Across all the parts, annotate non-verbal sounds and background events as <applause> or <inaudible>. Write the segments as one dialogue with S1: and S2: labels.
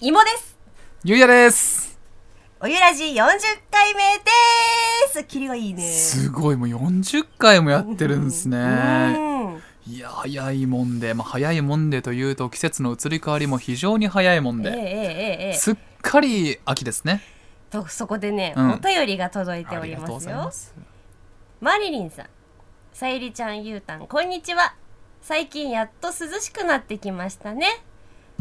S1: 芋です。
S2: ゆうやです。
S1: おゆらじ40回目でーす。キリがいいね。
S2: すごい、もう40回もやってるんです
S1: う
S2: ね。
S1: ん。
S2: いや、早いもんで、まあ、早いもんでというと、季節の移り変わりも非常に早いもん
S1: えええ
S2: で、
S1: えええ
S2: すっかり秋ですね。
S1: とそこでね、
S2: うん
S1: お便りが届いて
S2: あ
S1: お
S2: り
S1: り
S2: がとうご
S1: ます
S2: ざい
S1: よ。
S2: ます。
S1: マリリンさん、さゆりちゃん、ゆうたん、こんにちは。最近やっと涼しくなってきましたね。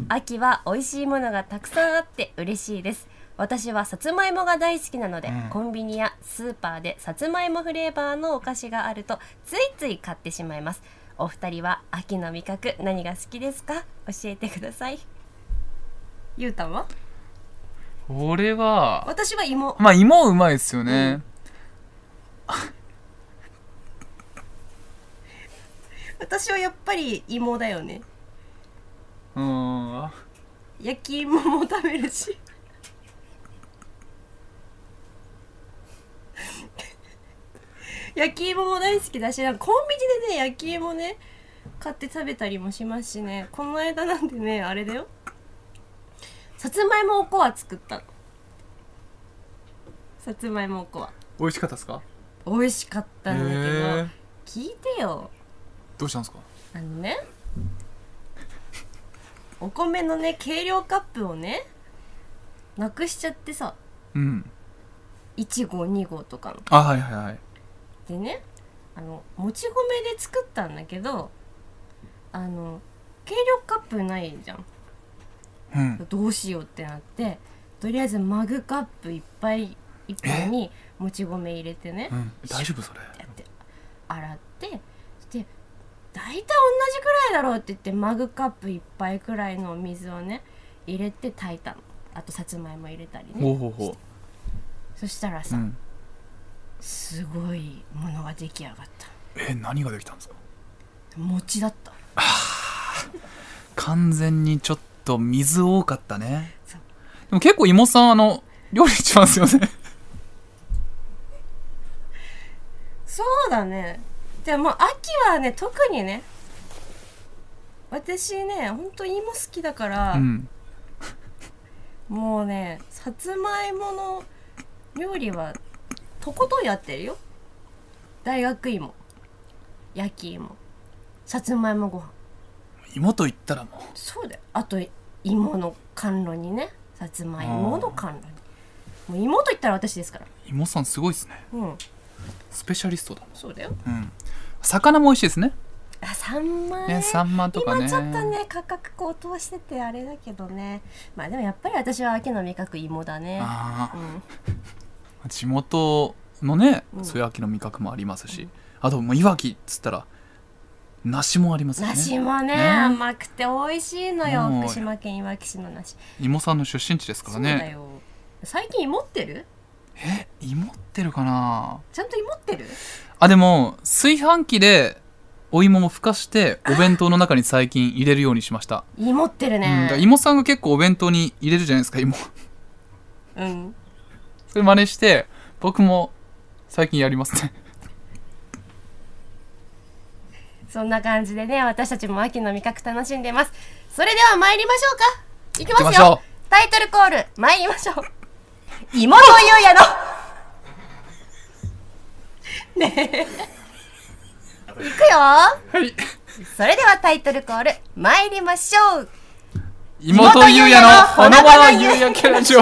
S1: 秋は美味しいものがたくさんあって嬉しいです。私はさつまいもが大好きなので、
S2: うん
S1: コンビニやスーパーでさつまいもフレーバーのお菓子があるとついつい買ってしまいます。お二人は秋の味覚何が好きですか教えてください。ゆうたんは
S2: 俺は、
S1: 私は芋。
S2: まあ、芋うまいですよね。
S1: 私はやっぱり芋だよね。
S2: うん。あ
S1: 焼き芋も食べるし <laughs> 焼き芋も大好きだしなんかコンビニでね焼き芋ね買って食べたりもしますしねこの間なんでねあれだよさつまいもおこわ作ったのさつまいもおこわ
S2: 美味しかったですか
S1: 美味しかったんだけど
S2: へえ
S1: 聞いてよ
S2: どうしたんですか
S1: あのねお米のね計量カップをねなくしちゃってさ
S2: うん。
S1: 1号2号とかの
S2: あ、はいはいはい。
S1: でねあのもち米で作ったんだけどあの計量カップないじゃん
S2: うん。
S1: どうしようってなってとりあえずマグカップいっぱいいっぱいにもち米入れてね
S2: うん、大丈夫それ。
S1: やって洗ってそして大体同じくらいだろうって言ってマグカップ一杯くらいのお水をね入れて炊いたのあとさつまいも入れたり
S2: ほう
S1: ね
S2: ほうほ
S1: そしたら
S2: う。
S1: さ、
S2: うん。
S1: すごいものが出来上がった
S2: え、何ができたんですか
S1: 餅だった
S2: 完全にちょっと水多かったね
S1: そう
S2: でも結構芋さんあの料理しますよね
S1: そうだねでも秋はね特にね私ねほんと芋好きだから、
S2: うん
S1: もうねさつまいもの料理はとことんやってるよ大学芋焼き芋さつまいもご飯
S2: 芋と言ったらも
S1: そうだよあと芋の甘露にねさつまいもの甘露にもう芋と言ったら私ですから
S2: う芋さんすごいですね
S1: うん
S2: スペシャリストだ
S1: そうだよ
S2: うん魚も美味しいですね
S1: あサンマね
S2: ねサンマとかね
S1: 今ちょっとね価格高騰しててあれだけどねまあでもやっぱり私は秋の味覚芋だね
S2: あ
S1: う
S2: あ
S1: ん
S2: 地元のね、
S1: うん
S2: そういう秋の味覚もありますし、あともういわきっつったら梨もありますよ
S1: 梨
S2: ね
S1: もね
S2: ね
S1: 甘くて美味しいのよ
S2: もう
S1: 福島県いわき市の梨
S2: 芋さんの出身地ですか
S1: そ
S2: ら
S1: うだ
S2: ね
S1: よ最近芋ってる
S2: え芋ってるかな
S1: ちゃんと芋ってる
S2: あでも炊飯器でお芋もふかしてお弁当の中に最近入れるようにしました
S1: 芋ってる
S2: うん、だ
S1: ね
S2: から芋さんが結構お弁当に入れるじゃないですか芋 <laughs>
S1: うん
S2: それ真似して僕も最近やりますね
S1: そんな感じでね私たちも秋の味覚楽しんでますそれでは参りましょうかいき
S2: 行
S1: ま
S2: きますし
S1: よ
S2: ょ
S1: タイトルコール参りましょう芋とゆうやの <laughs> ねえいくよ
S2: はい
S1: それではタイトルコール参りましょう
S2: 芋とゆうやのほのぼのゆうやキャラジオ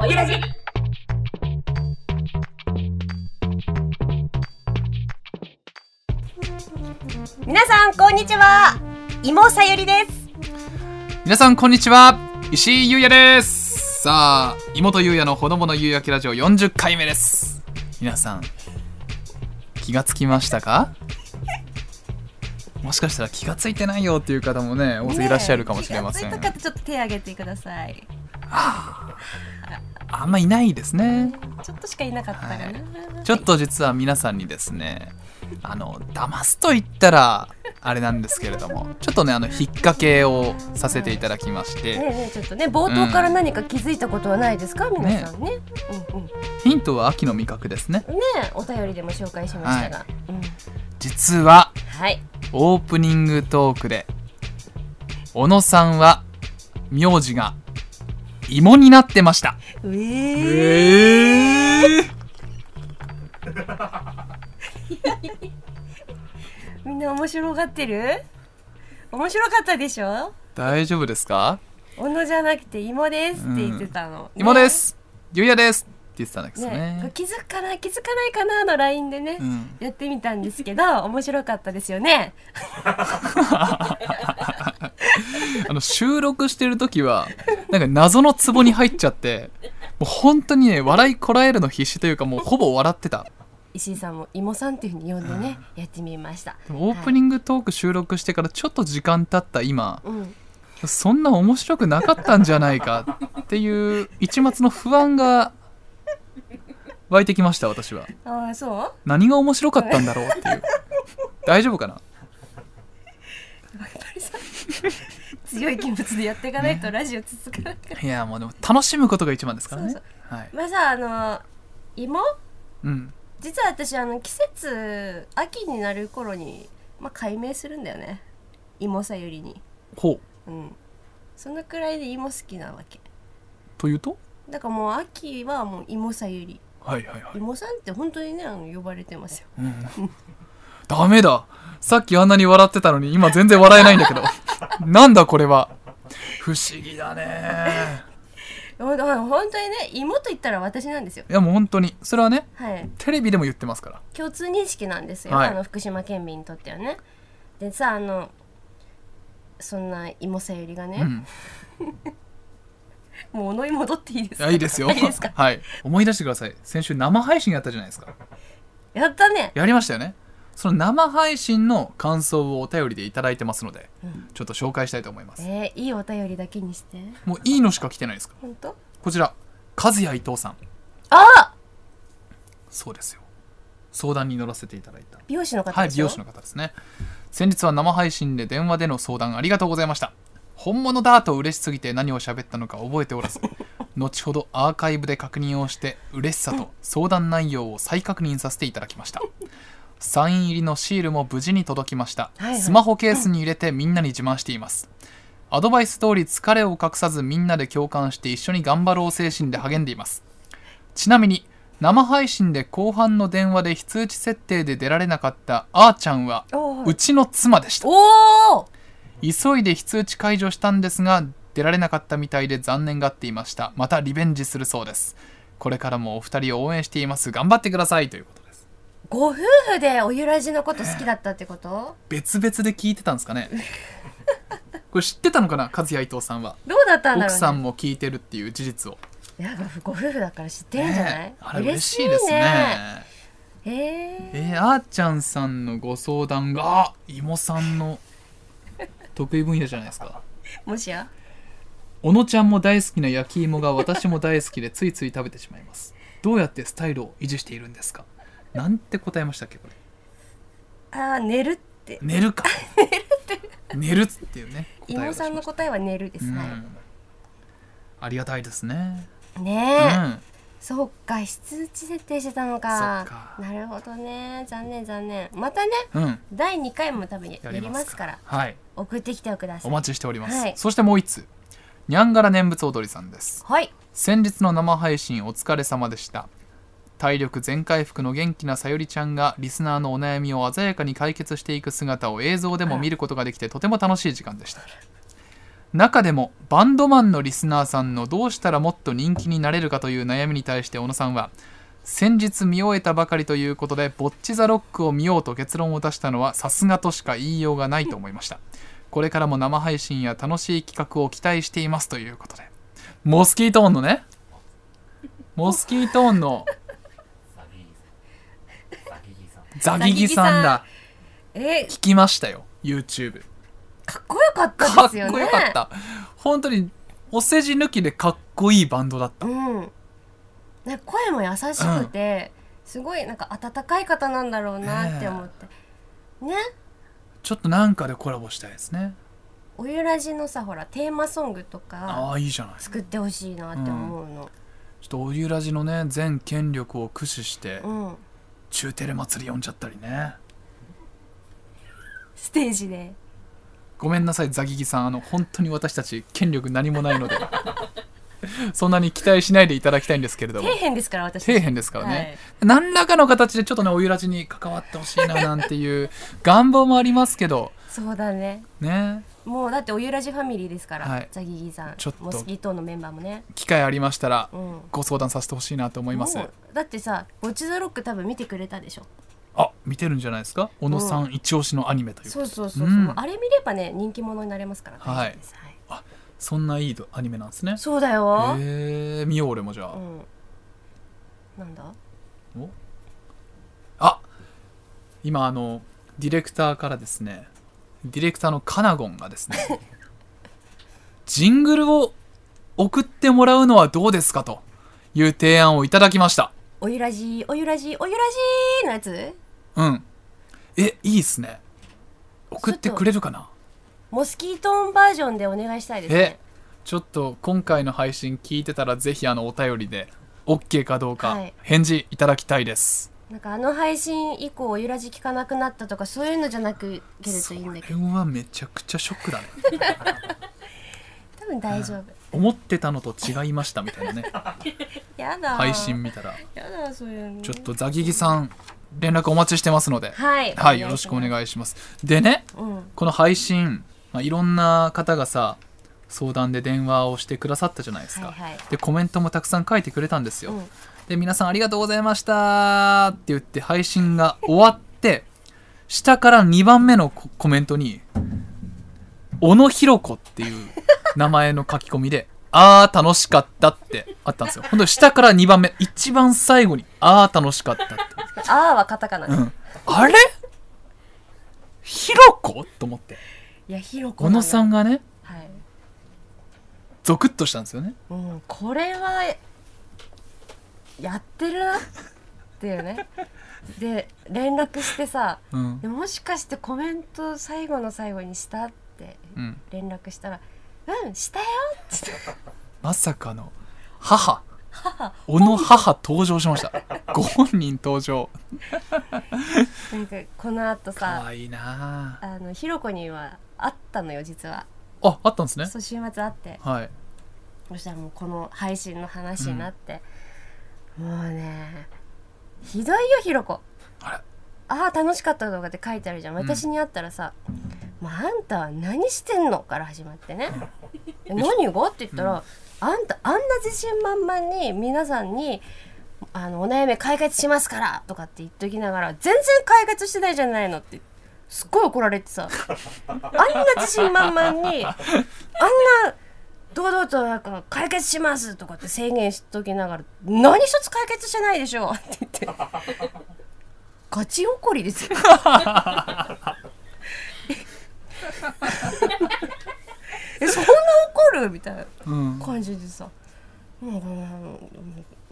S1: おゆらじ皆さんこんにちは芋さゆりです
S2: 皆さんこんにちは石井ゆうやですさあ芋とゆうやのほのぼのゆうやキャラジオ40回目です皆さん気がつきましたかもしかしたら気がついてないよっていう方もね大勢いらっしゃるかもしれません、
S1: ねえ気がついた方ちょっと手挙げてください
S2: あんまいないですね
S1: ちょっとしかいなかったかな、
S2: ちょっと実は皆さんにですね、あの、騙すと言ったら、あれなんですけれども、ちょっとね、あの、引っ掛けをさせていただきまし
S1: ね
S2: て、
S1: えねえちょっとね冒頭から何か気づいたことはないですか、皆さんねうんうんね
S2: ヒントは秋の味覚ですね。
S1: えお便りでも紹介しましたが、はい、うん
S2: 実は、
S1: はい
S2: オープニングトークで小野さんは名字が芋になってました
S1: うえ
S3: え
S1: ー、
S3: え
S1: みんな面白がってる面白かったでしょ
S2: 大丈夫ですか
S1: 小野じゃなくて芋ですって言ってたの、ね
S2: 芋ですゆうやですって言ってたんですね
S1: ね気づくかな気づかないかなの LINE でね、
S2: うん
S1: やってみたんですけど面白かったですよね
S2: あの収録してる時はなんか謎の壺に入っちゃってもう本当にね笑いこらえるの必死というかもうほぼ笑ってた
S1: 石井さんも芋さんっていうふうに呼んでね、やってみました
S2: でもオープニングトーク収録してからちょっと時間経った今
S1: うん
S2: そんな面白くなかったんじゃないかっていう一抹の不安が湧いてきました私は
S1: ああそう
S2: 何が面白かったんだろうっていう大丈夫かな
S1: 強い気持ちでやっていかないとラジオ続かないから、
S2: いやもうでも楽しむことが一番ですからね
S1: そう
S2: はい
S1: まずあの芋
S2: うん
S1: 実は私あの季節秋になる頃に、まあ、解明するんだよね芋さよりに
S2: ほう
S1: うんそのくらいで芋好きなわけ
S2: というと
S1: だからもう秋はもう芋さゆり
S2: はいはいはい、
S1: 芋さんって本当にねあの呼ばれてますよ
S2: うん、ダメださっきあんなに笑ってたのに今全然笑えないんだ
S1: <laughs>
S2: けどなんだこれは不思議だね
S1: ほんと本当にね芋と言ったら私なんですよ
S2: いやもう本当にそれはね
S1: はい
S2: テレビでも言ってますから
S1: 共通認識なんですよ、
S2: はい
S1: あの福島県民にとってはねでさあのそんな芋さゆりが
S2: う
S1: ね、
S2: ん
S1: もうおのに戻っていいです
S2: い
S1: か
S2: やいいですよ
S1: いいですか
S2: はい思い出してください先週生配信やったじゃないですか
S1: やったね
S2: やりましたよねその生配信の感想をお便りでいただいてますので、ちょっと紹介したいと思います
S1: えー、いいお便りだけにして
S2: もういいのしか来てないですか
S1: 本当
S2: こちら和也伊藤さん
S1: あ
S2: そうですよ相談に乗らせていただいた
S1: 美容師の方
S2: はい
S1: で、
S2: 美
S1: しょ、
S2: 容師の方ですね。先日は生配信で電話での相談ありがとうございました。本物だと嬉しすぎて何を喋ったのか覚えておら
S1: <laughs>
S2: ず、後ほどアーカイブで確認をして嬉しさと相談内容を再確認させていただきました。サイン入りのシールも無事に届きました。
S1: はいはい
S2: スマホケースに入れてみんなに自慢しています。アドバイス通り疲れを隠さずみんなで共感して一緒に頑張ろう精神で励んでいます。ちなみに生配信で後半の電話で非通知設定で出られなかったあーちゃんは
S1: お
S2: う
S1: ー
S2: ちの妻でした
S1: おー
S2: 急いで非通知解除したんですが出られなかったみたいで残念がっていましたまたリベンジするそうですこれからもお二人を応援しています頑張ってくださいということです
S1: ご夫婦でおゆらじのこと好きだったってこと
S2: 別々で聞いてたんですかね
S1: <laughs>
S2: これ知ってたのかな和也伊藤さんは
S1: どうだったんだろう、ね、
S2: 奥さんも聞いてるっていう事実を
S1: いやご夫婦だから知ってるんじゃない、
S2: ねあれ嬉しいです
S1: 嬉しい
S2: ね
S1: ねえー、
S2: えー、あーちゃんさんのご相談が芋さんの得意分野じゃないですか
S1: もしや
S2: 小野ちゃんも大好きな焼き芋が私も大好きでついつい食べてしまいますどうやってスタイルを維持しているんですかなんて答えましたっけこれ
S1: あー寝るって
S2: 寝るか寝るっていうね答えを
S1: 芋
S2: 出しま
S1: さ
S2: した
S1: んの答えは寝るです、
S2: うんありがたいですね、
S1: ねえ、
S2: うん、
S1: そっか、非通知設定してたの
S2: そっ
S1: か。
S2: か
S1: なるほどね、残念残念。またね、
S2: うん、
S1: 第2回も多分や
S2: や
S1: や
S2: り
S1: り
S2: ま
S1: ますすから、
S2: はい
S1: 送ってきてくださ
S2: お
S1: い。
S2: 待ちしております、
S1: はい
S2: そしてもう一つにゃんがら念仏踊りさんです
S1: はい、
S2: 先日の生配信お疲れ様でした体力全回復の元気なさゆりちゃんがリスナーのお悩みを鮮やかに解決していく姿を映像でも見ることができてとても楽しい時間でした中でもバンドマンのリスナーさんのどうしたらもっと人気になれるかという悩みに対して小野さんは先日見終えたばかりということで「ボッチ・ザ・ロック」を見ようと結論を出したのはさすがとしか言いようがないと思いましたこれからも生配信や楽しい企画を期待していますということでモスキートーン
S1: <laughs>
S2: のねモスキートーンのザギギさんだ
S1: え
S2: 聞きましたよ YouTube
S1: かっこよかった
S2: か
S1: で
S2: っ
S1: すよね。
S2: こよかっ。た本当にお世辞抜きでかっこいいバンドだった
S1: うん。なんか声も優しくて、すごいなんか温かい方なんだろうなって思って。ね、
S2: ちょっとなんかでコラボしたいですね
S1: おゆらじのさ、ほら、テーマソングとか
S2: ああいいじゃないちょ
S1: 作ってほしいなって思うの。
S2: っとおゆらじのね全権力を駆使して
S1: うん。
S2: 中テレ祭り呼んじゃったりね
S1: 素ステージで
S2: ごめんなさいザギギさんあの本当に私たち権力何もないので <laughs> そんなに期待しないでいただきたいんですけれども
S1: 底辺ですから私
S2: 底辺ですからね、何らかの形でちょっとねおゆらじに関わってほしいななんていう願望もありますけど
S1: そうだね
S2: ね
S1: もうだっておゆらじファミリーですから、
S2: はい
S1: ザギギさん
S2: ちょっと
S1: モスキートのメンバーもね
S2: 機会ありましたら
S1: うん
S2: ご相談させてほしいなと思います
S1: もうだってさボチザロック多分見てくれたでしょ
S2: あ見てるんじゃないですか小野さん一押しのアニメという
S1: そうそうそうそう、
S2: うん
S1: あれ見ればね人気者になれますから大丈夫です、はい
S2: そんないいアニメなんですね
S1: そうだよ、
S2: へえ見よう俺もじゃあ、
S1: うんなんだ
S2: おあ今あのディレクターからですねディレクターのカナゴン
S1: <laughs>
S2: がですねジングルを送ってもらうのはどうですかという提案をいただきました
S1: おゆらじおゆらじおゆらじのやつ
S2: うんえいいっすね送ってくれるかな
S1: モスキートーンバージョンでお願いしたいです
S2: え
S1: ね
S2: ちょっと今回の配信聞いてたらぜひあのお便りで OK かどうか
S1: はい
S2: 返事いただきたいです、
S1: なんかあの配信以降おゆらじ聞かなくなったとかそういうのじゃなくけるといいんだけ
S2: それ
S1: ど
S2: はめちゃくちゃショックだね
S1: 多分大丈夫、
S2: 思ってたのと違いましたみたいな
S1: <laughs>
S2: ね
S1: やだ
S2: 配信見たら
S1: やだそういうの
S2: ちょっとザギギさん連絡お待ちしてますのではい、
S1: はい
S2: よろしくお
S1: いし
S2: 願いしますでね
S1: ますうん
S2: この配信、まあ、いろんな方がさ相談で電話をしてくださったじゃないですか、
S1: はいはい
S2: でコメントもたくさん書いてくれたんですよ、
S1: うん
S2: で皆さんありがとうございましたって言って配信が終わって下から2番目のココメントに小野ひろ子っていう名前の書き込みで <laughs> 「あー楽しかった」ってあったんですよほんと下から2番目一番最後に「あー楽しかった」って、
S1: あーはカタカナ、
S2: う
S1: い
S2: ん、あれひろこと思って
S1: やひろこ
S2: 小野さんがね
S1: はい、
S2: ゾクッとしたんですよね
S1: うん、これはやってるなっていう
S2: <laughs>
S1: ねで連絡してさ
S2: うん
S1: でもしかしてコメント最後の最後にしたって
S2: うん
S1: 連絡したら「うんしたよ」って言って
S2: まさかの母小野母登場しましたご本人登場
S1: なんかこの後
S2: か
S1: さ
S2: わいいな
S1: あのひろこには会ったのよ実は
S2: あああったんですね
S1: そう週末会って
S2: はい
S1: そしたらもうこの配信の話になって、もうねひどいよひろこ
S2: あれ
S1: ああ楽しかったとかって書いてあるじゃん私に会ったらさ「まあ、あんたは何してんの?」から始まって <laughs> ね「え何が?」って言ったら、あんたあんな自信満々に皆さんに「あのお悩み解決しますから」とかって言っときながら「全然解決してないじゃないの」ってすっごい怒られてさ <laughs> あんな自信満々にあんな堂々となんか解決しますとかって宣言しときながら「何一つ解決してないでしょ」って言って。ガチ怒り
S2: <laughs>
S1: ですよ。えそんな怒るみたいな
S2: うん
S1: 感じでさ「もうも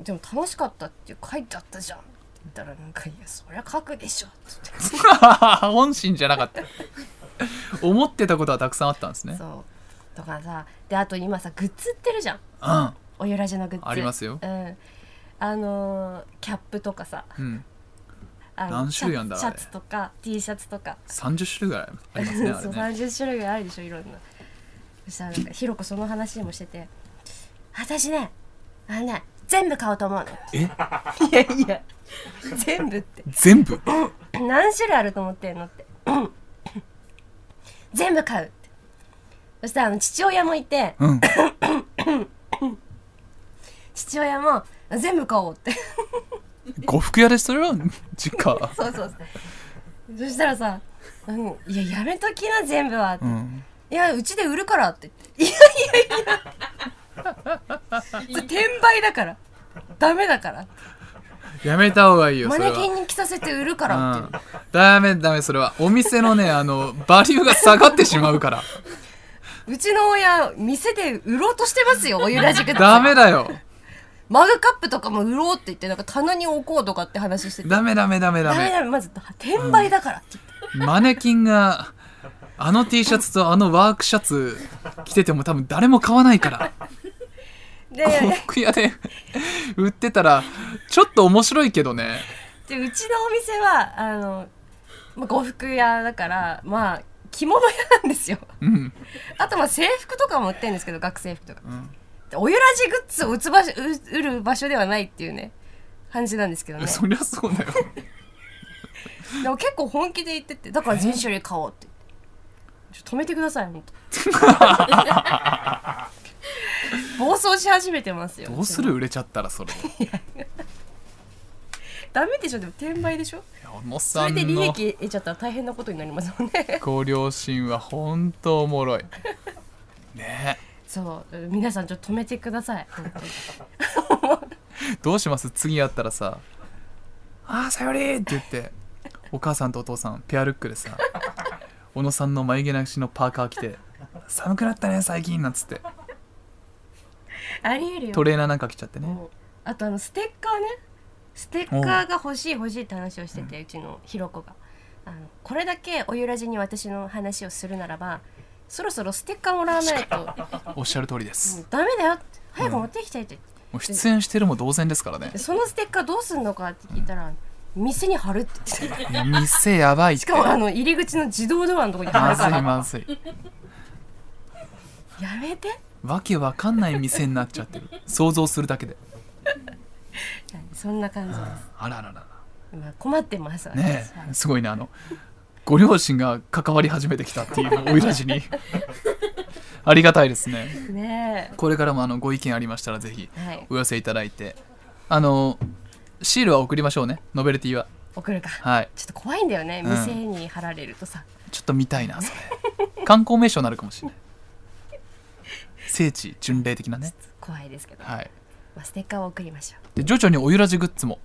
S1: うでも楽しかった」って書いてあったじゃんって言ったらなんか「いやそりゃ書くでしょ」って言っ
S2: <laughs> 本心じゃなかった思ってたことはたくさんあったんです
S1: て
S2: ね
S1: そうとかさであと今さグッズ売ってるじゃん
S2: うん
S1: おゆらじのグッズ
S2: ありますよ
S1: うんあのーキャップとかさ
S2: うん
S1: あの
S2: 何種類あんだろう
S1: シャ
S2: あれ
S1: ツシャツとか T シャツとか
S2: 30種類ぐらいありますねあ
S1: そ
S2: れ
S1: う
S2: ね
S1: 30種類ぐらいあるでしょいろんなそしたらなんかひろこその話もしてて「私ねあのね全部買おうと思うの」
S2: え
S1: いやいや全部って
S2: 全部
S1: 何種類あると思ってんのって <clears throat> 全部買うってそしたらあの父親もいて
S2: うん
S1: 父親も全部買おうって <laughs>
S2: 呉服屋でそれは実家
S1: そうそうそうそしたらさ「うん、いややめときな全部は」って
S2: うん
S1: いや、うちで売るからって言って。 <laughs> いやいやいや。転売だから。ダメだから。
S2: やめた方がいいよ
S1: マ
S2: それ
S1: ネ
S2: は
S1: キンに着させて売るからって
S2: うん、ダメダメそれはお店のねあのバリューが下がってしまうから
S1: うちの親、店で売ろうとしてますよ、お <laughs> 湯ラジック
S2: ダメだよ
S1: マグカップとかも売ろうって言って、なんか棚に置こうとかって話してて。
S2: ダメダメダメダ
S1: ダ
S2: メ
S1: メだ、まず転売だからって言って。
S2: マネキンがあの T シャツとあのワークシャツ着てても多分誰も買わないから
S1: で
S2: 呉服屋で売ってたらちょっと面白いけどね
S1: でうちのお店はあのまあ、呉服屋だからまあ着物屋なんですよ
S2: うん
S1: あとまあ制服とかも売ってるんですけど学生服とか
S2: うん
S1: でおゆらじグッズを売つ場所う売る場所ではないっていうね感じなんですけどね
S2: そりゃそうだよ
S1: でも結構本気で言っててだから全種類買おうって言ってちょっと止めてください本当暴走し始めてますよ
S2: どうする売れちゃったらそれ
S1: ダメでしょでも転売でしょ
S2: 小野
S1: そ
S2: さ
S1: れ
S2: ん
S1: で利
S2: の
S1: 益得ちゃったら大変なことになりますもんね
S2: ご両親は本当おもろいね
S1: そう皆さんちょっと止めてくだ <laughs> さい本当に
S2: えどうします次会ったらさ「ああさより!」って言ってお母さんとお父さんペアルックでさ小野さんの眉毛なしのパーカー着て「寒くなったね最近」なんつって
S1: ありえるよ
S2: トレーナーなんか着ちゃってね
S1: もうあとあのステッカーねステッカーが欲しい欲しいって話をしてて、うちのひろこがあのこれだけおゆらじに私の話をするならばそろそろステッカーもらわない <laughs> とも
S2: おっしゃる通りです
S1: うダメだよって早く持ってきてって、
S2: もう出演してるも同然ですからね
S1: でそのステッカーどうすんのかって聞いたら、店に貼るって言ってた
S2: 店やば
S1: <laughs>
S2: いって
S1: しかもあの入り口の自動ドアのとこに貼
S2: ま
S1: る
S2: ず
S1: か
S2: い
S1: ら
S2: まずい
S1: やめて
S2: わけわかんない店になっちゃってる想像するだけで
S1: そんな感じです、
S2: あららら
S1: 今困ってます、
S2: らね
S1: 私は
S2: えすごいねあのご両親が関わり始めてきたっていうおいらじ
S1: <laughs>
S2: にありがたいですね
S1: ね
S2: これからもあのご意見ありましたらぜひ
S1: えはい
S2: お寄せいただいてあのシールは送りましょうねノベルティは
S1: 送るか
S2: はい
S1: ちょっと怖いんだよね、
S2: うん
S1: 店に貼られるとさ
S2: ちょっと見たいなそれ観光名所になるかもしれない聖地巡礼的なね
S1: 怖いですけど、
S2: はい
S1: まあ、ステッカーを送りましょう
S2: で徐々におゆらじグッズも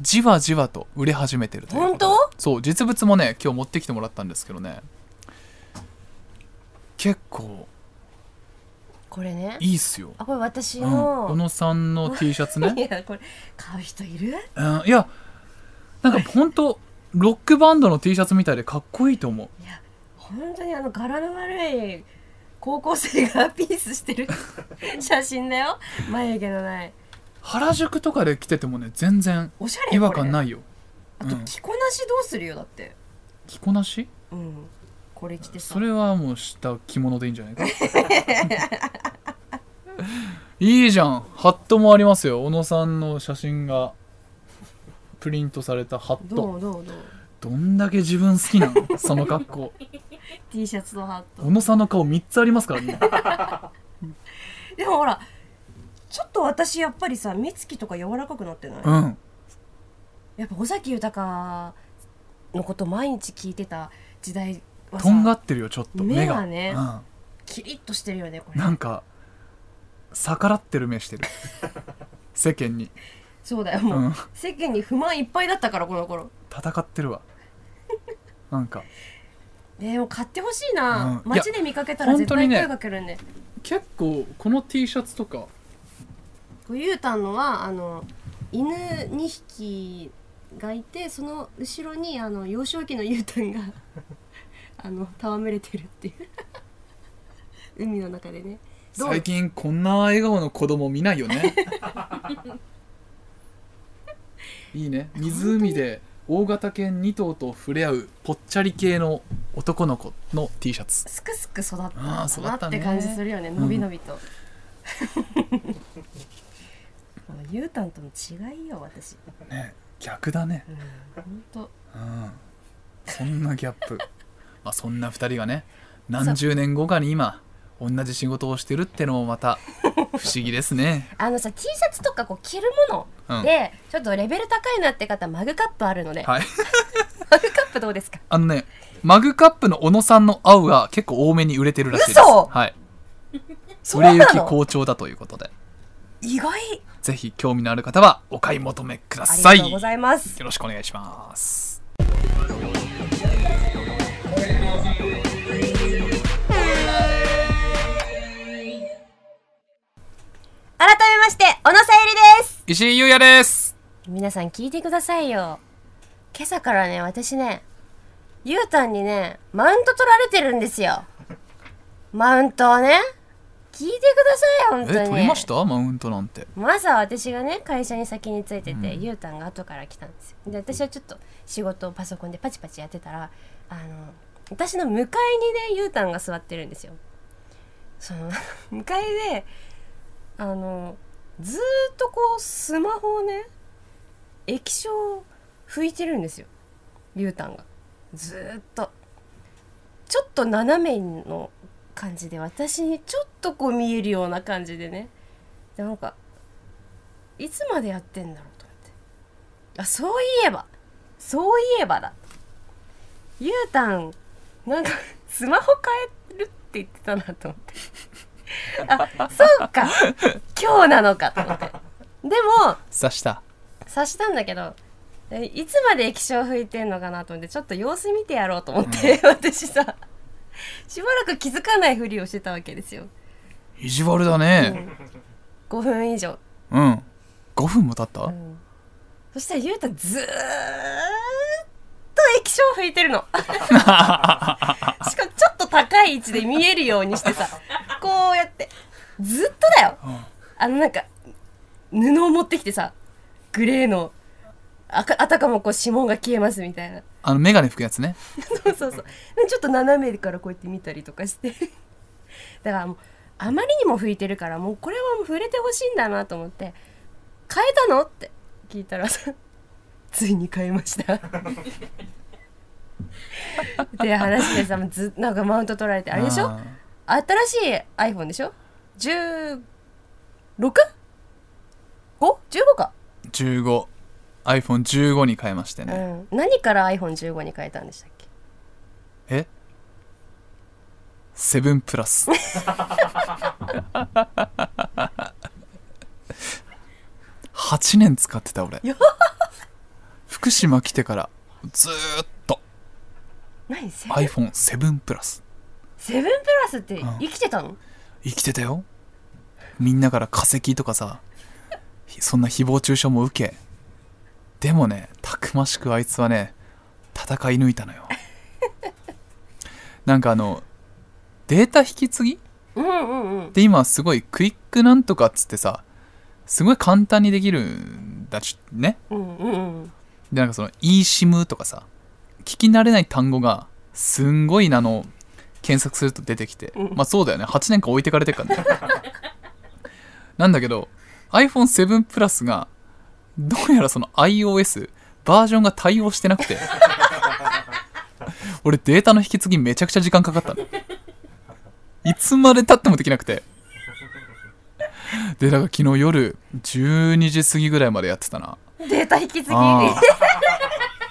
S2: じわじわと売れ始めてるということで
S1: 本
S2: そう実物もね今日持ってきてもらったんですけどね結構
S1: これね
S2: いいっすよ、
S1: あこれ私
S2: うん、小
S1: の、
S2: 野さんの T シャツね、
S1: <laughs> いやこれ買う人いる
S2: うん、いやなんかほんとロックバンドの T シャツみたいでかっこいいと思う
S1: いや本当にあの柄の悪い高校生がピースして
S2: <laughs>
S1: る写真だよ眉毛のない
S2: 原宿とかで着ててもね全然
S1: おしゃれ
S2: 違和感
S1: い
S2: ないよ
S1: あと
S2: うん
S1: 着こなしどうするよだって
S2: 着こなし
S1: うんこれ着てさ
S2: それはもう下着物でいいんじゃないかいいじゃんハットもありますよ小野さんの写真がプリントされたハッ
S1: ど
S2: ト
S1: うどうどう
S2: どんだけ自分好きなのその格好
S1: T シャツとハット
S2: 小野さんの顔3つありますからね
S1: でもほらちょっと私やっぱりさ目つきとか柔らかくなってない、
S2: うん
S1: やっぱ尾崎豊のこと毎日聞いてた時代はさ
S2: とんがってるよちょっと目が
S1: 目がね
S2: うん
S1: キリッとしてるよねこれ
S2: なんか逆らってる目してる世間に、
S1: そうだよ
S2: う
S1: もう、
S2: ん、
S1: 世間に不満いっぱいだったからこの頃
S2: 戦ってるわなんか
S1: ねでも買ってほしいな、
S2: うん
S1: 街で見かけたら絶
S2: いや
S1: 対
S2: 本当にね
S1: 声かけるんで、
S2: 結構この T シャツとか
S1: こうゆうたんのはあの犬2匹がいてその後ろにあの幼少期のゆうたんが <laughs> あの戯れてるっていう <laughs> 海の中でねどう
S2: 最近こんな笑顔の子供見ないよ <laughs> ねいいね湖で大型犬2頭と触れ合うぽっちゃり系の男の子の T シャツ
S1: すくすく育ったん
S2: あ
S1: だ
S2: ー育
S1: な
S2: った
S1: っ
S2: ね
S1: て感じするよねのびのびと、 <laughs> もうゆうたんとの違いよ私
S2: ね逆だね
S1: 本当
S2: うんそんなギャップ <laughs> まあそんな2人がね何十年後かに今同じ仕事をしてるってのもまた不思議ですね
S1: あのさ T シャツとかこう着るも
S2: うん
S1: ので、ちょっとレベル高いなって方マグカップあるので、
S2: はい
S1: マグカップどうですか
S2: あのねマグカップの小野さんの青が結構多めに売れてるらしいです
S1: 嘘
S2: はい
S1: <laughs> そ
S2: 売
S1: うな
S2: れ
S1: の
S2: 行き好調だということで
S1: 意外
S2: ぜひ興味のある方はお買い求めくだ
S1: あり
S2: さ
S1: が
S2: い
S1: とうございます
S2: よろしくお願いします
S1: 改めまして小野さゆりです
S2: 石井優也です
S1: 皆さん聞いてくださいよ今朝からね私ねゆうたんにねマウント取られてるんですよマウントをね聞いてください本当
S2: え
S1: に
S2: 取りましたマウントなんて
S1: もう朝私がね会社に先に着いてて、
S2: うん
S1: ゆうたんが後から来たんですよで私はちょっと仕事をパソコンでパチパチやってたらあの私の向かいにねゆうたんが座ってるんですよその <laughs> 向かいであのずーっとこうスマホをね液晶を拭いてるんですよゆうたんがずーっとちょっと斜めの感じで私にちょっとこう見えるような感じでねでなんかいつまでやってんだろうと思ってあそういえばそういえばだゆうたんなんか <laughs> スマホ変えるって言って <laughs> たなと思ってあそうか今日なのかと思ってでも
S2: 刺した
S1: 察したんだけどえいつまで液晶拭いてんのかなと思ってちょっと様子見てやろうと思って、 <laughs> 私さしばらく気づかないふりをしてたわけですよ
S2: 意地悪だね
S1: 5分以上
S2: うん、5分も経った、
S1: うんそしたらゆうたずーっと液晶拭いてる
S2: <laughs>
S1: のしかもちょっと高い位置で見えるようにしてさこうやってずっとだよ
S2: うん
S1: あのなんか布を持ってきてさグレーのあかあたかもこう指紋が消えますみたいな
S2: あの眼鏡拭くやつね
S1: そうそうそうでちょっと斜めからこうやって見たりとかして <laughs> だからもうあまりにも拭いてるからもうこれはもう触れてほしいんだなと思って「変えたの?」って聞いたらさ「ついに変えました」 <laughs> って話でさもうずなんかマウント取られてあれでしょ
S2: ー
S1: 新しい iPhone でしょ ?16?5?15 か、
S2: 15 iPhone15 に変えまして
S1: う
S2: ね、
S1: ん、何から iPhone15 に変えたんでしたっけ
S2: えセブンプラス8年使ってた俺
S1: や
S2: 福島来てからずーっと
S1: 何セブン
S2: iPhone7 プラス
S1: セブンプラスって生きてたの、
S2: 生きてたよみんなから化石とかさひそんな誹謗中傷も受けでもねたくましくあいつはね戦い抜いたのよなんかあのデータ引き継ぎ
S1: うんうんうん
S2: で今すごいクイックなんとかっつってさすごい簡単にできるんだちね
S1: うんうんうん
S2: でなんかその eSIM とかさ聞き慣れない単語がすんごいあの検索すると出てきて、
S1: うん
S2: まあそうだよね8年間置いてかれてるからね <laughs> なんだけど iPhone7 プラスがどうやらその iOS バージョンが対応してなくて <laughs> 俺データの引き継ぎめちゃくちゃ時間かかったのいつまで経ってもできなくてでだから昨日夜12時過ぎぐらいまでやってたな
S1: データ引き継ぎ
S2: あ
S1: 本
S2: ー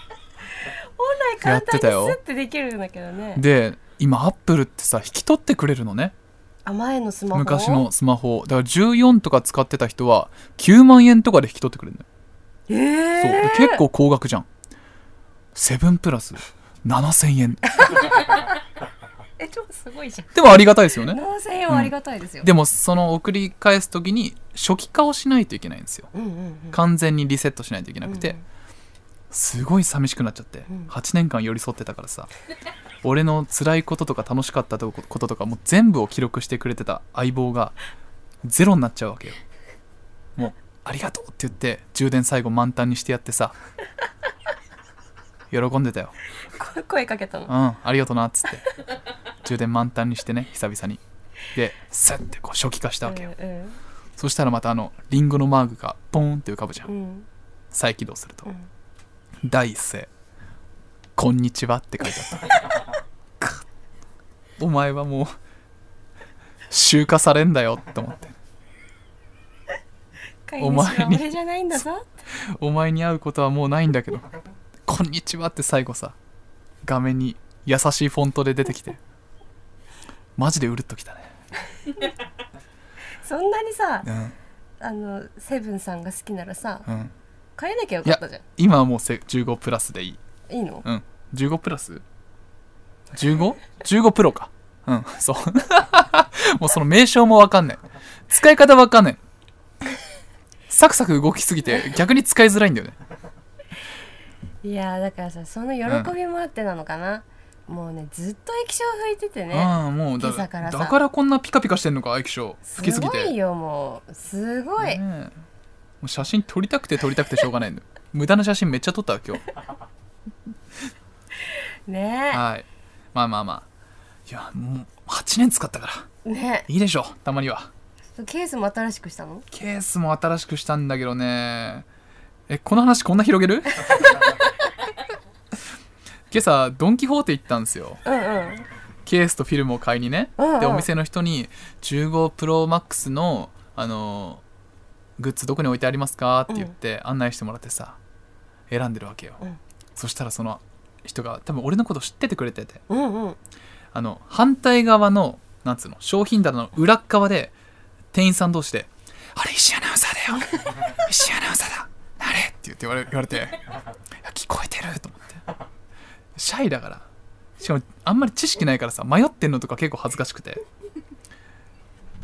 S1: 来簡単にスッてできるんだけどね
S2: で今アップルってさ引き取ってくれるのね
S1: あ前のスマホ
S2: 昔のスマホだから14とか使ってた人は9万円とかで引き取ってくれるのよ、
S1: えー、
S2: そうで結構高額じゃん7プラス7000円
S1: えちょっとすごいじゃん
S2: でもありがたいですよね
S1: 7000円はありがたいですよ、
S2: でもその送り返す時に初期化をしないといけないんですよ
S1: うんうんうん
S2: 完全にリセットしないといけなくて、
S1: うんうん
S2: すごい寂しくなっちゃって、
S1: うん
S2: 8年間寄り添ってたからさ俺の辛いこととか楽しかったとここととかもう全部を記録してくれてた相棒がゼロになっちゃうわけよもう「ありがとう」って言って充電最後満タンにしてやってさ喜んでたよ
S1: こ声かけたの
S2: うん、ありがとなっつって充電満タンにしてね久々にでスッてこう初期化したわけよ、
S1: うん
S2: そしたらまたあのリンゴのマークがポーンって浮かぶじゃん
S1: うん
S2: 再起動すると、
S1: うん
S2: 第一声「こんにちは」って書いてあった <laughs> かお前はもう集荷されんだよって思って
S1: 飼い
S2: お
S1: 主
S2: 前
S1: は
S2: に
S1: 俺じゃないんだぞ
S2: お前に会うことはもうないんだけど「こんにちは」って最後さ画面に優しいフォントで出てきてマジでうるっときたね
S1: そんなにさ
S2: うん
S1: あのセブンさんが好きならさ
S2: うん
S1: 変えなきゃよかったじゃん
S2: 今はもうせ15プラスでいい
S1: いいの
S2: うん15プラス 15?15 プロかうんそう <laughs> もうその名称もわかんない使い方わかんないサクサク動きすぎて逆に使いづらいんだよね
S1: いやーだからさその喜びもあってなのかな、もうねずっと液晶拭いててね
S2: ああもうだ
S1: 今朝からさ
S2: だからこんなピカピカしてんのか液晶好きすぎて
S1: ごいよもうすごい、
S2: ねえもう写真撮りたくて撮りたくてしょうがないの無駄な写真めっちゃ撮ったわ
S1: <laughs>
S2: 今日
S1: ね
S2: はいまあまあまあいやもう8年使ったから
S1: ね
S2: いいでしょたまには
S1: ケースも新しくしたの
S2: ケースも新しくしたんだけどねえこの話こんな広げる <laughs> 今朝ドン・キホーテ行ったんですよ
S1: うんうん
S2: ケースとフィルムを買いにね、
S1: うんうん
S2: でお店の人に15プロマックスのあのグッズどこに置いてありますかって言って案内してもらってさ選んでるわけよ、
S1: うん
S2: そしたらその人が多分俺のこと知っててくれてて
S1: うんうん
S2: あの反対側のなんつうの商品棚の裏っ側で店員さん同士で「あれ石井アナウンサーだよ石井アナウンサーだあれ?」って言って言われ言われていや「聞こえてる?」と思ってシャイだからしかもあんまり知識ないからさ迷ってんのとか結構恥ずかしくて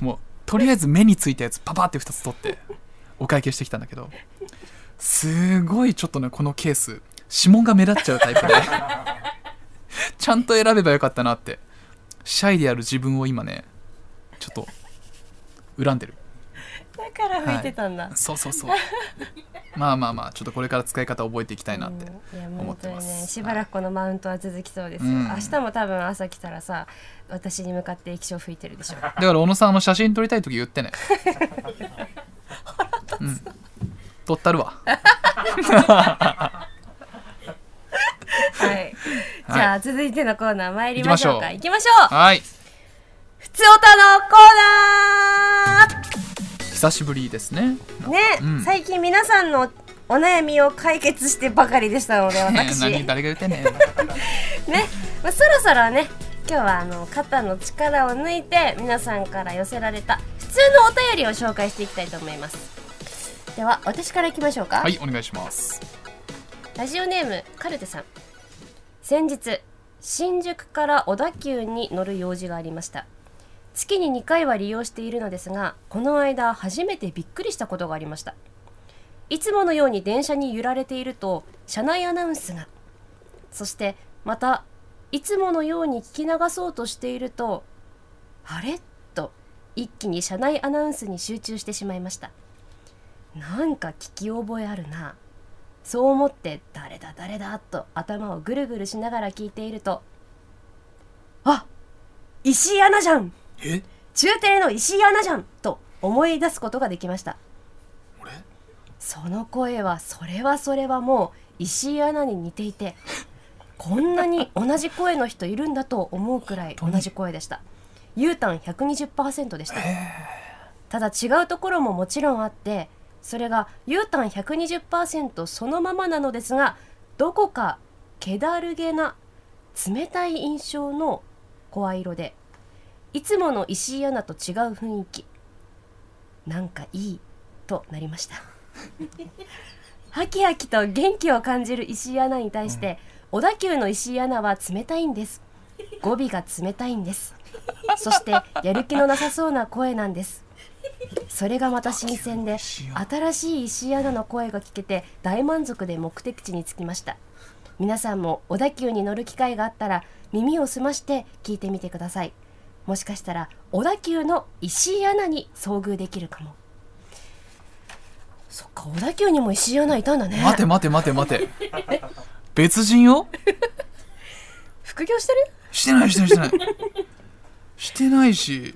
S2: もうとりあえず目についたやつパパって2つ取ってお会計してきたんだけどすごいちょっとねこのケース指紋が目立っちゃうタイプでちゃんと選べばよかったなってシャイである自分を今ねちょっと恨んでる
S1: だから拭いてたんだ、
S2: そうそうそうまあまあまあちょっとこれから使い方覚えていきたいなって、
S1: うんいや
S2: 思ってます
S1: 本当にねしばらくこのマウントは続きそうですよ、
S2: うん
S1: 明日も多分朝来たらさ私に向かって液晶吹いてるで
S2: <laughs>
S1: しょ
S2: だから小野さんあの写真撮りたい時言ってねうん撮ったるわ
S1: はいじゃあ続いてのコーナー参りましょうか行
S2: 行
S1: きましょう
S2: はい
S1: ふつおたのコー
S2: 久しぶりですね
S1: ナーね、
S2: うん
S1: 最近皆さんのお悩みを解決してばかりでしたの
S2: <laughs>
S1: で私
S2: 何誰が言ってんねん
S1: ね、まあ、そろそろね今日はあの肩の力を抜いて皆さんから寄せられた普通のお便りを紹介していきたいと思いますでは私からいきましょうか
S2: はいお願いします
S1: ラジオネームカルテさん先日新宿から小田急に乗る用事がありました月に2回は利用しているのですがこの間初めてびっくりしたことがありましたいつものように電車に揺られていると車内アナウンスがそしてまたいつものように聞き流そうとしているとあれと一気に車内アナウンスに集中してしまいましたなんか聞き覚えあるなそう思って誰だ誰だと頭をぐるぐるしながら聞いているとあ石井アナじゃん
S2: え
S1: 中テレの石井アナじゃんと思い出すことができました
S2: 俺
S1: その声はそれはそれはもう石井アナに似ていてこんなに同じ声の人いるんだと思うくらい同じ声でしたゆうたん120%でしたただ違うところももちろんあってそれがゆうたん120%そのままなのですがどこか気だるげな冷たい印象の声色でいつもの石井アナと違う雰囲気なんかいいとなりました <laughs> はきはきと元気を感じる石井アナに対して、小田急の石井アナは冷たいんです語尾が冷たいんですそしてやる気のなさそうな声なんですそれがまた新鮮で新しい石井アナの声が聞けて大満足で目的地に着きました皆さんも小田急に乗る機会があったら耳を澄まして聞いてみてくださいもしかしたら小田急の石井アナに遭遇できるかもそっか小田急にも石井アナいたんだね
S2: 待て待て待て待て別人よ
S1: 副業してる
S2: してないしてないしてないしてないし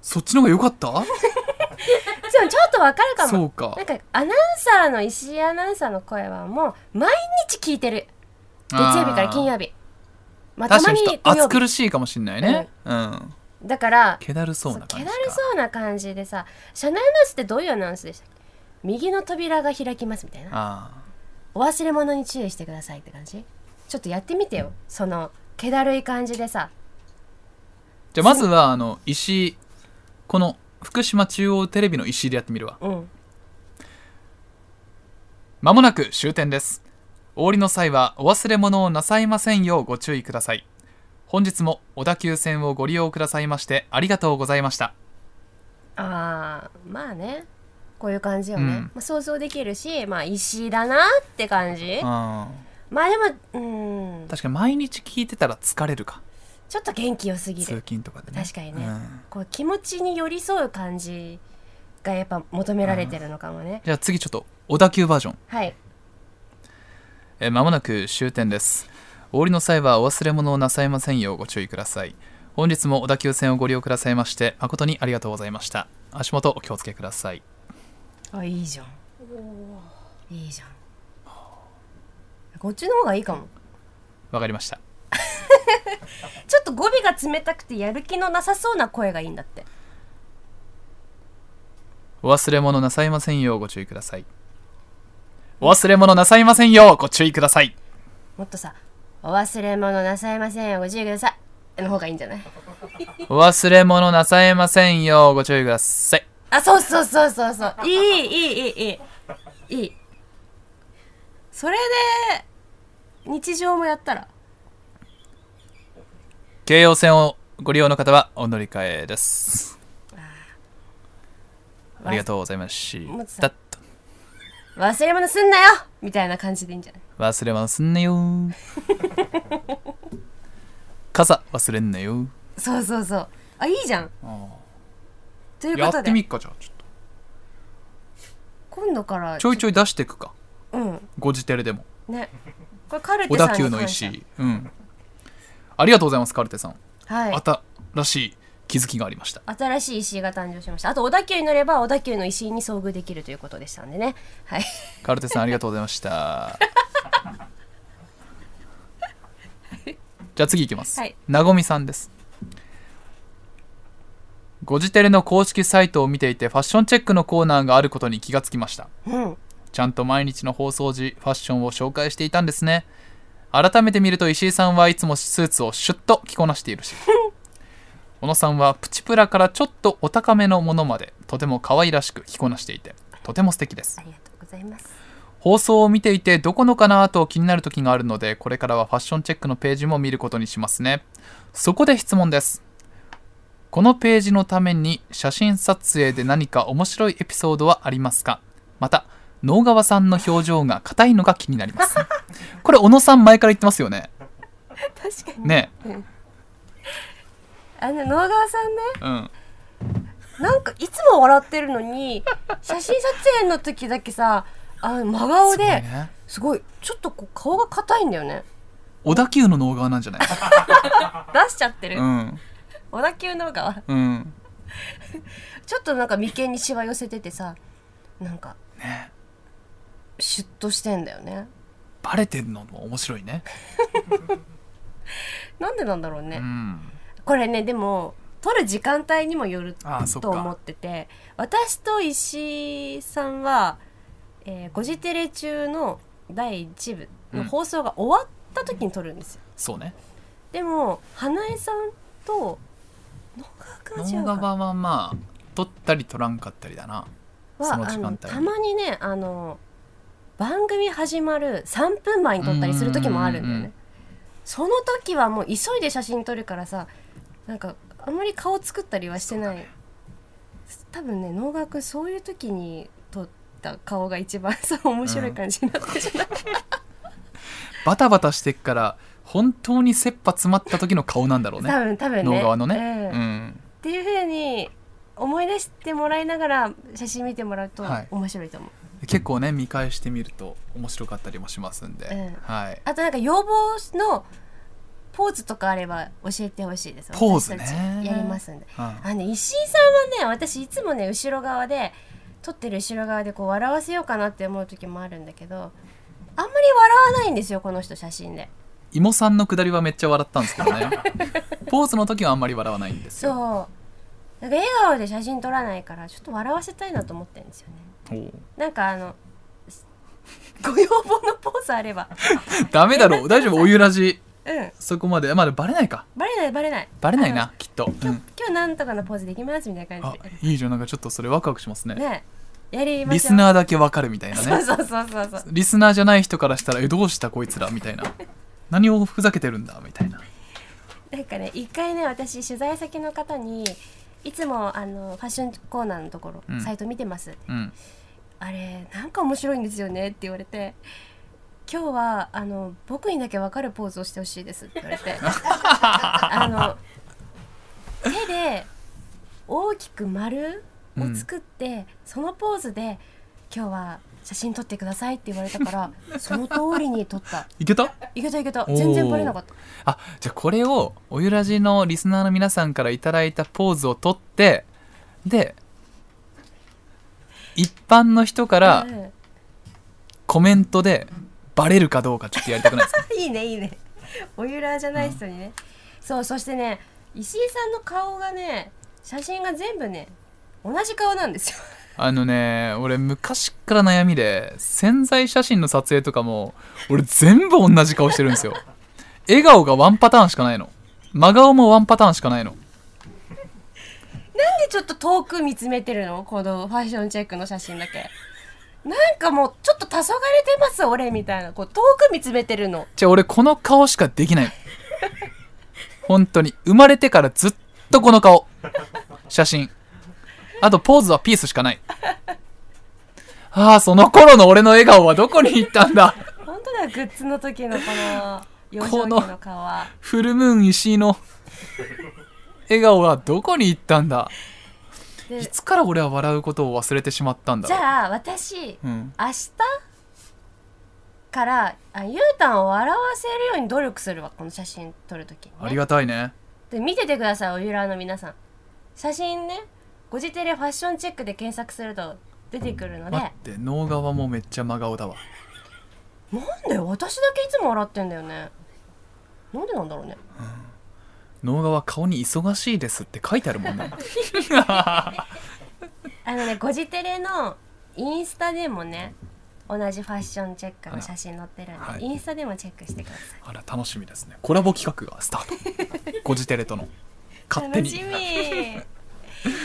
S2: そっちの方が良かった
S1: でもちょっとわかるかも
S2: そうか
S1: なんかアナウンサーの石井アナウンサーの声はもう毎日聞いてる月曜日から金
S2: 日
S1: 曜日まあた
S2: 確
S1: ま
S2: かに
S1: に
S2: ちょっと
S1: 土曜
S2: 暑
S1: 日
S2: 苦しいかもしんないねうん
S1: だから
S2: 気だるそう
S1: そう
S2: な
S1: 気
S2: 感じ
S1: だ
S2: か
S1: るそうな感じでさ車内アナウンスってどういうアナウンスでしたっけ右の扉が開きますみたいな
S2: あ
S1: お忘れ物に注意してくださいって感じちょっとやってみてよその気だるい感じでさ
S2: ーじゃあまずはあの石井この福島中央テレビの石井でやってみるわ
S1: うん
S2: まもなく終点ですお降りの際はお忘れ物をなさいませんようご注意ください本日も小田急線をご利用くださいましてありがとうございました
S1: あーまあねこういう感じよね、
S2: うん
S1: まあ、想像できるしまあ石だなって感じ
S2: うん
S1: まあでもうん
S2: 確かに毎日聞いてたら疲れるか
S1: ちょっと元気よすぎ
S2: 通
S1: る
S2: 勤とかでね
S1: 確かにね
S2: うん
S1: こう気持ちに寄り添う感じがやっぱ求められてるのかもね
S2: じゃあ次ちょっと小田急バージョン
S1: はい
S2: えーまもなく終点です。お降りの際はお忘れ物をなさいませんようご注意ください。本日も小田急線をご利用くださいまして誠にありがとうございました。足元お気をつけください。
S1: あいいじゃんいいじゃんこっちの方がいいかも
S2: わかりました。
S1: ちょっと語尾が冷たくてやる気のなさそうな声がいいんだって
S2: お忘れ物なさいませんようご注意ください。お忘れ物なさいませんようご注意ください。
S1: もっとさ「お忘れ物なさいませんよご注意ください」の方がいいんじゃない
S2: お忘れ物なさいませんようご注意ください。
S1: あそうそうそうそうそういいいいいいいいいいそれで日常もやったら
S2: 京葉線をご利用の方はお乗り換えです。ありがとうございました。
S1: 忘れ物すんなよみたいな感じでいいんじゃない
S2: 忘れますんねよ傘忘れんなよ
S1: そうそうそうあいいじゃんという
S2: や
S1: こと
S2: って
S1: で
S2: みっかじゃあちょっと
S1: 今度から
S2: ちょいちょい出していくか
S1: うん
S2: ご自テレでも
S1: ねこれカルテ
S2: 小
S1: さん
S2: 田急
S1: に
S2: の
S1: 感謝
S2: 石うんありがとうございますカルテさん
S1: はい
S2: 新しい気づきがありました
S1: 新しい石井が誕生しましたあと小田急に乗れば小田急の石井に遭遇できるということでしたんでねはい
S2: カルテさんありがとうございました
S1: <laughs>
S2: じゃあ次いきます、
S1: はい
S2: なごみさんですご自テレの公式サイトを見ていてファッションチェックのコーナーがあることに気がつきました
S1: うん
S2: ちゃんと毎日の放送時ファッションを紹介していたんですね改めて見ると石井さんはいつもスーツをシュッと着こなしているし小野さんはプチプラからちょっとお高めのものまでとても可愛らしく着こなしていてとても素敵です
S1: ありがとうございます
S2: 放送を見ていてどこのかなと気になる時があるのでこれからはファッションチェックのページも見ることにしますねそこで質問ですこのページのために写真撮影で何か面白いエピソードはありますかまた能川さんの表情が硬いのが気になります <laughs> これ小野さん前から言ってますよね
S1: 確かに
S2: ね
S1: あの能川さんね
S2: うん
S1: なんかいつも笑ってるの <laughs> に写真撮影の時だけさあの真顔
S2: すごい
S1: で
S2: ね
S1: すごいちょっとこう顔が硬いんだよね
S2: 小田急の能川なんじ
S1: <laughs>
S2: ゃない
S1: 出しちゃってる、
S2: うん
S1: 小田急のが
S2: うん
S1: ちょっとなんか眉間にしわ寄せててさなんか
S2: ね
S1: シュッとしてんだよね
S2: バレてるのも面白いね
S1: なんでなんだろうね、
S2: うん
S1: これねでも撮る時間帯にもよる
S2: ああそっ
S1: と思
S2: か
S1: ってて私と石井さんは「えー、ゴジテレ」中の第1部の放送が終わった時に撮るんですよ、
S2: そうね
S1: でも花江さんと野川
S2: ノ
S1: 君は
S2: ンガ
S1: 違うか
S2: バはまあ取ったり取らんかったりだなその
S1: は
S2: 時
S1: あ
S2: 間帯
S1: のたまにねあの番組始まる3分前に撮ったりする時もあるんだよ
S2: うんうんうんう
S1: ねその時はもう急いで写真撮るからさなんかあんまり顔作ったりはしてない、多分ね能楽そういう時に撮った顔が一番 <laughs> さ面白い感じになってじゃない、
S2: バタバタしてっから本当に切羽詰まった時の顔なんだろうね
S1: 多分多分ね
S2: 能川の
S1: うん
S2: ね、うん
S1: っていう風に思い出してもらいながら写真見てもらうと
S2: はい
S1: 面白いと思う、
S2: 結構ね見返してみると面白かったりもしますんで、
S1: うん
S2: はい
S1: あとなんか要望のポーズとかあれば教えてほしいです
S2: ポーズね
S1: 私たちやりますんで
S2: うん
S1: あのね石井さんはね私いつもね後ろ側で撮ってる後ろ側でこう笑わせようかなって思う時もあるんだけどあんまり笑わないんですよこの人写真で
S2: 芋さんのくだりはめっちゃ笑ったんですけ
S1: <laughs>
S2: どねポーズの時はあんまり笑わないんです
S1: そう
S2: よ
S1: なんか笑顔で写真撮らないからちょっと笑わせたいなと思ってるんですよね
S2: おう
S1: なんかあのご要望のポーズあれば
S2: ダメだろう大丈夫おゆらじ
S1: うん
S2: そこまでまだバレないか
S1: バレないバレない
S2: バレない
S1: あ
S2: なきっと、う
S1: の今
S2: ん、
S1: 日今日なんとかのポーズできますみたいな感
S2: あ
S1: じで
S2: いいじゃんなんかちょっとそれワクワクしますね
S1: ねやりま
S2: リ
S1: しょ
S2: ス
S1: う
S2: ナーだけわかるみたいなね
S1: そうそうそうそうそう
S2: リスナーじゃない人からしたら「えどうしたこいつら」みたいな「何をふざけてるんだ」みたいな
S1: なんかね一回ね私取材先の方にいつもあのファッションコーナーのところ、
S2: うん
S1: サイト見てます
S2: うん
S1: あれなんか面白いんですよねって言われて今日はあの僕にだけ分かるポーズをしてほしいです」って言わ
S2: <laughs>
S1: れてあの手で大きく丸を作って、そのポーズで「今日は写真撮ってください」って言われたからその通りに撮った
S2: いけた
S1: いけたいけた
S2: おー
S1: 全然バレなかった
S2: あじゃあこれをおゆらじのリスナーの皆さんからいただいたポーズを取ってで一般の人から
S1: うん
S2: コメントでバレるかどうかちょっとやりたくないですか
S1: <laughs> いいねいいねおゆらじゃない人にね、そうそしてね石井さんの顔がね写真が全部ね同じ顔なんですよ <laughs>
S2: あのね俺昔から悩みで潜在写真の撮影とかも俺全部同じ顔してるんですよ笑顔がワンパターンしかないの真顔もワンパターンしかないの
S1: なんでちょっと遠く見つめてるのこのファッションチェックの写真だけなんかもうちょっと黄昏れてます俺みたいなこう遠く見つめてるの
S2: じゃあ俺この顔しかできないの本当に生まれてからずっとこの顔写真あとポーズはピースしかないああその頃の俺の笑顔はどこに行ったんだ
S1: 本当だグッズの時のこ <laughs> の幼少
S2: こ
S1: 期
S2: の
S1: の顔は
S2: フルムーン石井の笑顔はどこに行ったんだ
S1: で
S2: いつから俺は笑うことを忘れてしまったんだ
S1: じ
S2: ろう
S1: ゃあ私
S2: うん、
S1: 明日からあゆうたんを笑わせるように努力するわこの写真撮る時
S2: あ
S1: に、
S2: り
S1: ね、
S2: がたいね
S1: で見ててくださいおゆらーの皆さん写真ねご自手でファッションチェックで検索すると出てくるので
S2: 待って能側もめっちゃ真顔だわ
S1: なんで私だけいつも笑ってんだよねなんでなんだろうね
S2: 能側顔に忙しいですって書いてあるもんね
S1: あのねごジテレのインスタでもね同じファッションチェックの写真載ってるんで、
S2: はい
S1: インスタでもチェックしてください
S2: あら楽しみですねコラボ企画がスタ
S1: <laughs>
S2: ートごじテレとの勝手
S1: 楽
S2: に
S1: しみ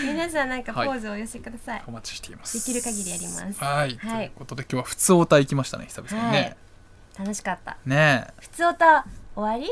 S1: <laughs> 皆さんなんかポーズをお寄せください、
S2: お待ちしています
S1: できる限りやります
S2: はい、
S1: はい
S2: ということで今日は普通お歌行きましたね久々にね、
S1: はい楽しかった
S2: ねえ
S1: 普通歌終わり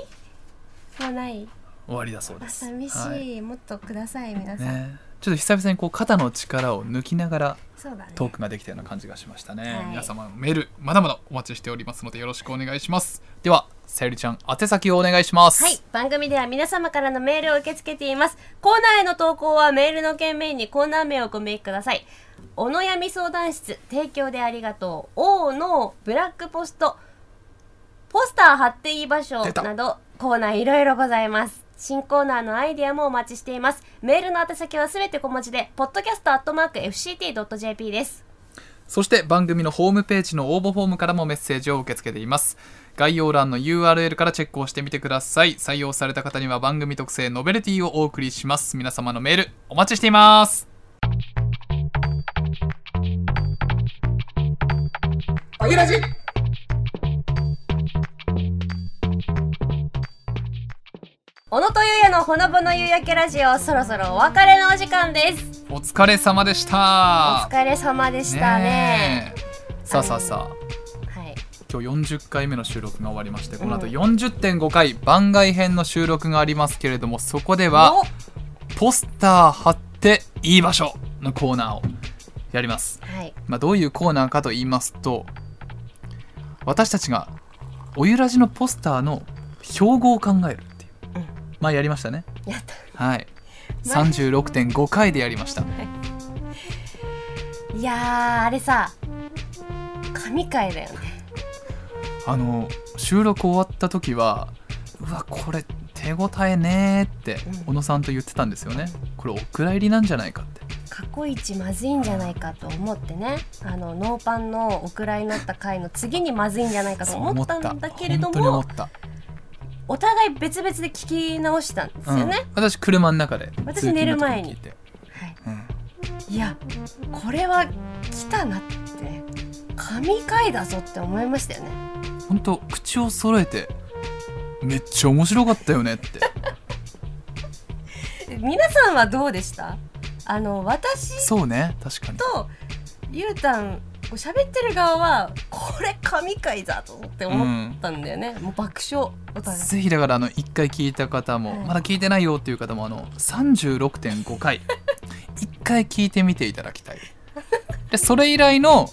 S1: もうない
S2: 終わりだそう
S1: あ
S2: です
S1: 寂しい、
S2: はい
S1: もっとください皆さん、
S2: ねえちょっと久々にこう肩の力を抜きながら
S1: そうだね
S2: トークができたような感じがしましたね、
S1: はい
S2: 皆様のメールまだまだお待ちしておりますのでよろしくお願いしますではさゆりちゃん宛先をお願いします
S1: はい。番組では皆様からのメールを受け付けています。コーナーへの投稿はメールの件名にコーナー名をご明記ください。お悩み相談室、提供でありがとう、王のブラックポスト、ポスター貼っていい場所
S2: 出た
S1: など、コーナーいろいろございます。新コーナーのアイデアもお待ちしています。メールの宛先はすべて小文字で、podcast.fct.jp です。
S2: そして番組のホームページの応募フォームからもメッセージを受け付けています。概要欄の URL からチェックをしてみてください。採用された方には番組特製ノベルティをお送りします。皆様のメールお待ちしています。
S3: おゆらじ
S1: 小野とゆうやのほのぼの夕焼けラジオ、そろそろお別れのお時間です。
S2: お疲れ様でし
S1: お
S2: た。
S1: 疲れ様でしたね
S2: ねえさあさあさあ。
S1: はい。
S2: 今日40回目の収録が終わりましてこの後
S1: うん
S2: 40.5回番外編の収録がありますけれどもそこでは
S1: お
S2: ポスター貼っていい場所のコーナーをやります
S1: はい。
S2: まあ、どういうコーナーかと言いますと私たちがおゆらじのポスターの標語を考えるっていう、
S1: うん
S2: まあやりましたね
S1: やった。
S2: はい
S1: 前に
S2: 36.5回でやりました
S1: いやー、あれさ、神回だよね。
S2: あの収録終わった時はうわこれ手応えねーって
S1: うん
S2: 小野さんと言ってたんですよねこれお蔵入りなんじゃないかって
S1: 過去一まずいんじゃないかと思ってね、あのノーパンのお蔵になった回の次にまずいんじゃないかと
S2: そう
S1: 思ったんだけれど
S2: 本当に思
S1: も
S2: っ、た、
S1: お互い別々で聞き直したんです
S2: うん
S1: よね。
S2: 私車の中で
S1: 私
S2: 通勤
S1: 寝る
S2: の時
S1: 前に
S2: 聞いて
S1: はい。
S2: うん
S1: いや、これは来たなって。神回だぞって思いましたよね。
S2: 本当口を揃えてめっちゃ面白かったよねって
S1: 皆さんはどうでした？あの私
S2: そうね確かに
S1: とゆうたんこう喋ってる側はこれ神回だと思って思ったんだよね、もう爆笑お互い
S2: ぜひだからあの1回聞いた方も、
S1: はい
S2: まだ聞いてないよっていう方もあの36.5回1回聞いてみていただきたいでそれ以来の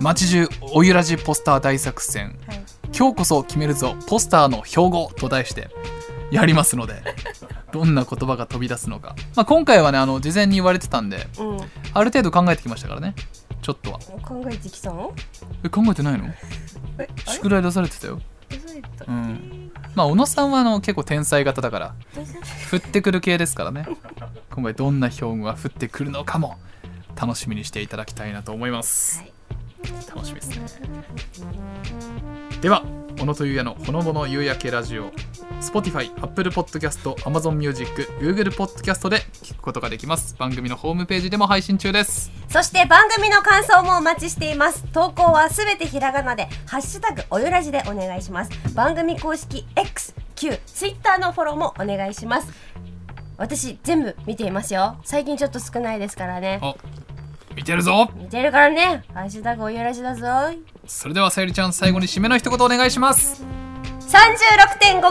S2: 街中おゆらじポスター大作戦
S1: はい、
S2: 今日こそ決めるぞポスターの標語と題してやりますのでどんな言葉が飛び出すのか、まあ、今回はねあの事前に言われてたんで
S1: うん、
S2: ある程度考えてきましたからねちょっとは
S1: 考えてきたの
S2: え考えてないの
S1: えあれ
S2: 宿題出されてたよ
S1: 嘘言った
S2: うんまあ小野さんはあの結構天才型だから
S1: 大丈夫
S2: 降ってくる系ですからね今回どんな標語が降ってくるのかも楽しみにしていただきたいなと思います
S1: はい
S2: 楽しみですねでは小野とゆうやのほのぼの夕焼けラジオ Spotify、Apple Podcast、Amazon Music、Google Podcast で聞くことができます番組のホームページでも配信中です
S1: そして番組の感想もお待ちしています投稿はすべてひらがなでハッシュタグおよらじでお願いします番組公式 X、Q、Twitter のフォローもお願いします私全部見ていますよ最近ちょっと少ないですからね
S2: お見てるぞ
S1: 見てるからねハッシュタグおよらじだぞい
S2: それではさゆりちゃん最後に締めの一言お願いします
S1: 36.5回もう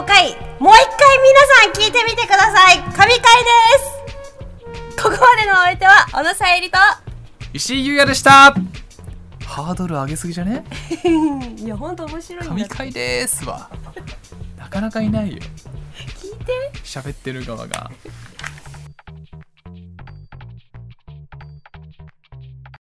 S1: 一回皆さん聞いてみてください神回ですここまでのお相手は小野さゆりと
S2: 石井ゆうやでしたハードル上げすぎじゃね
S1: <laughs> いや本当面白いん
S2: 神
S1: だって
S2: 回ですわなかなかいないよ
S1: 聞いて
S2: 喋ってる側が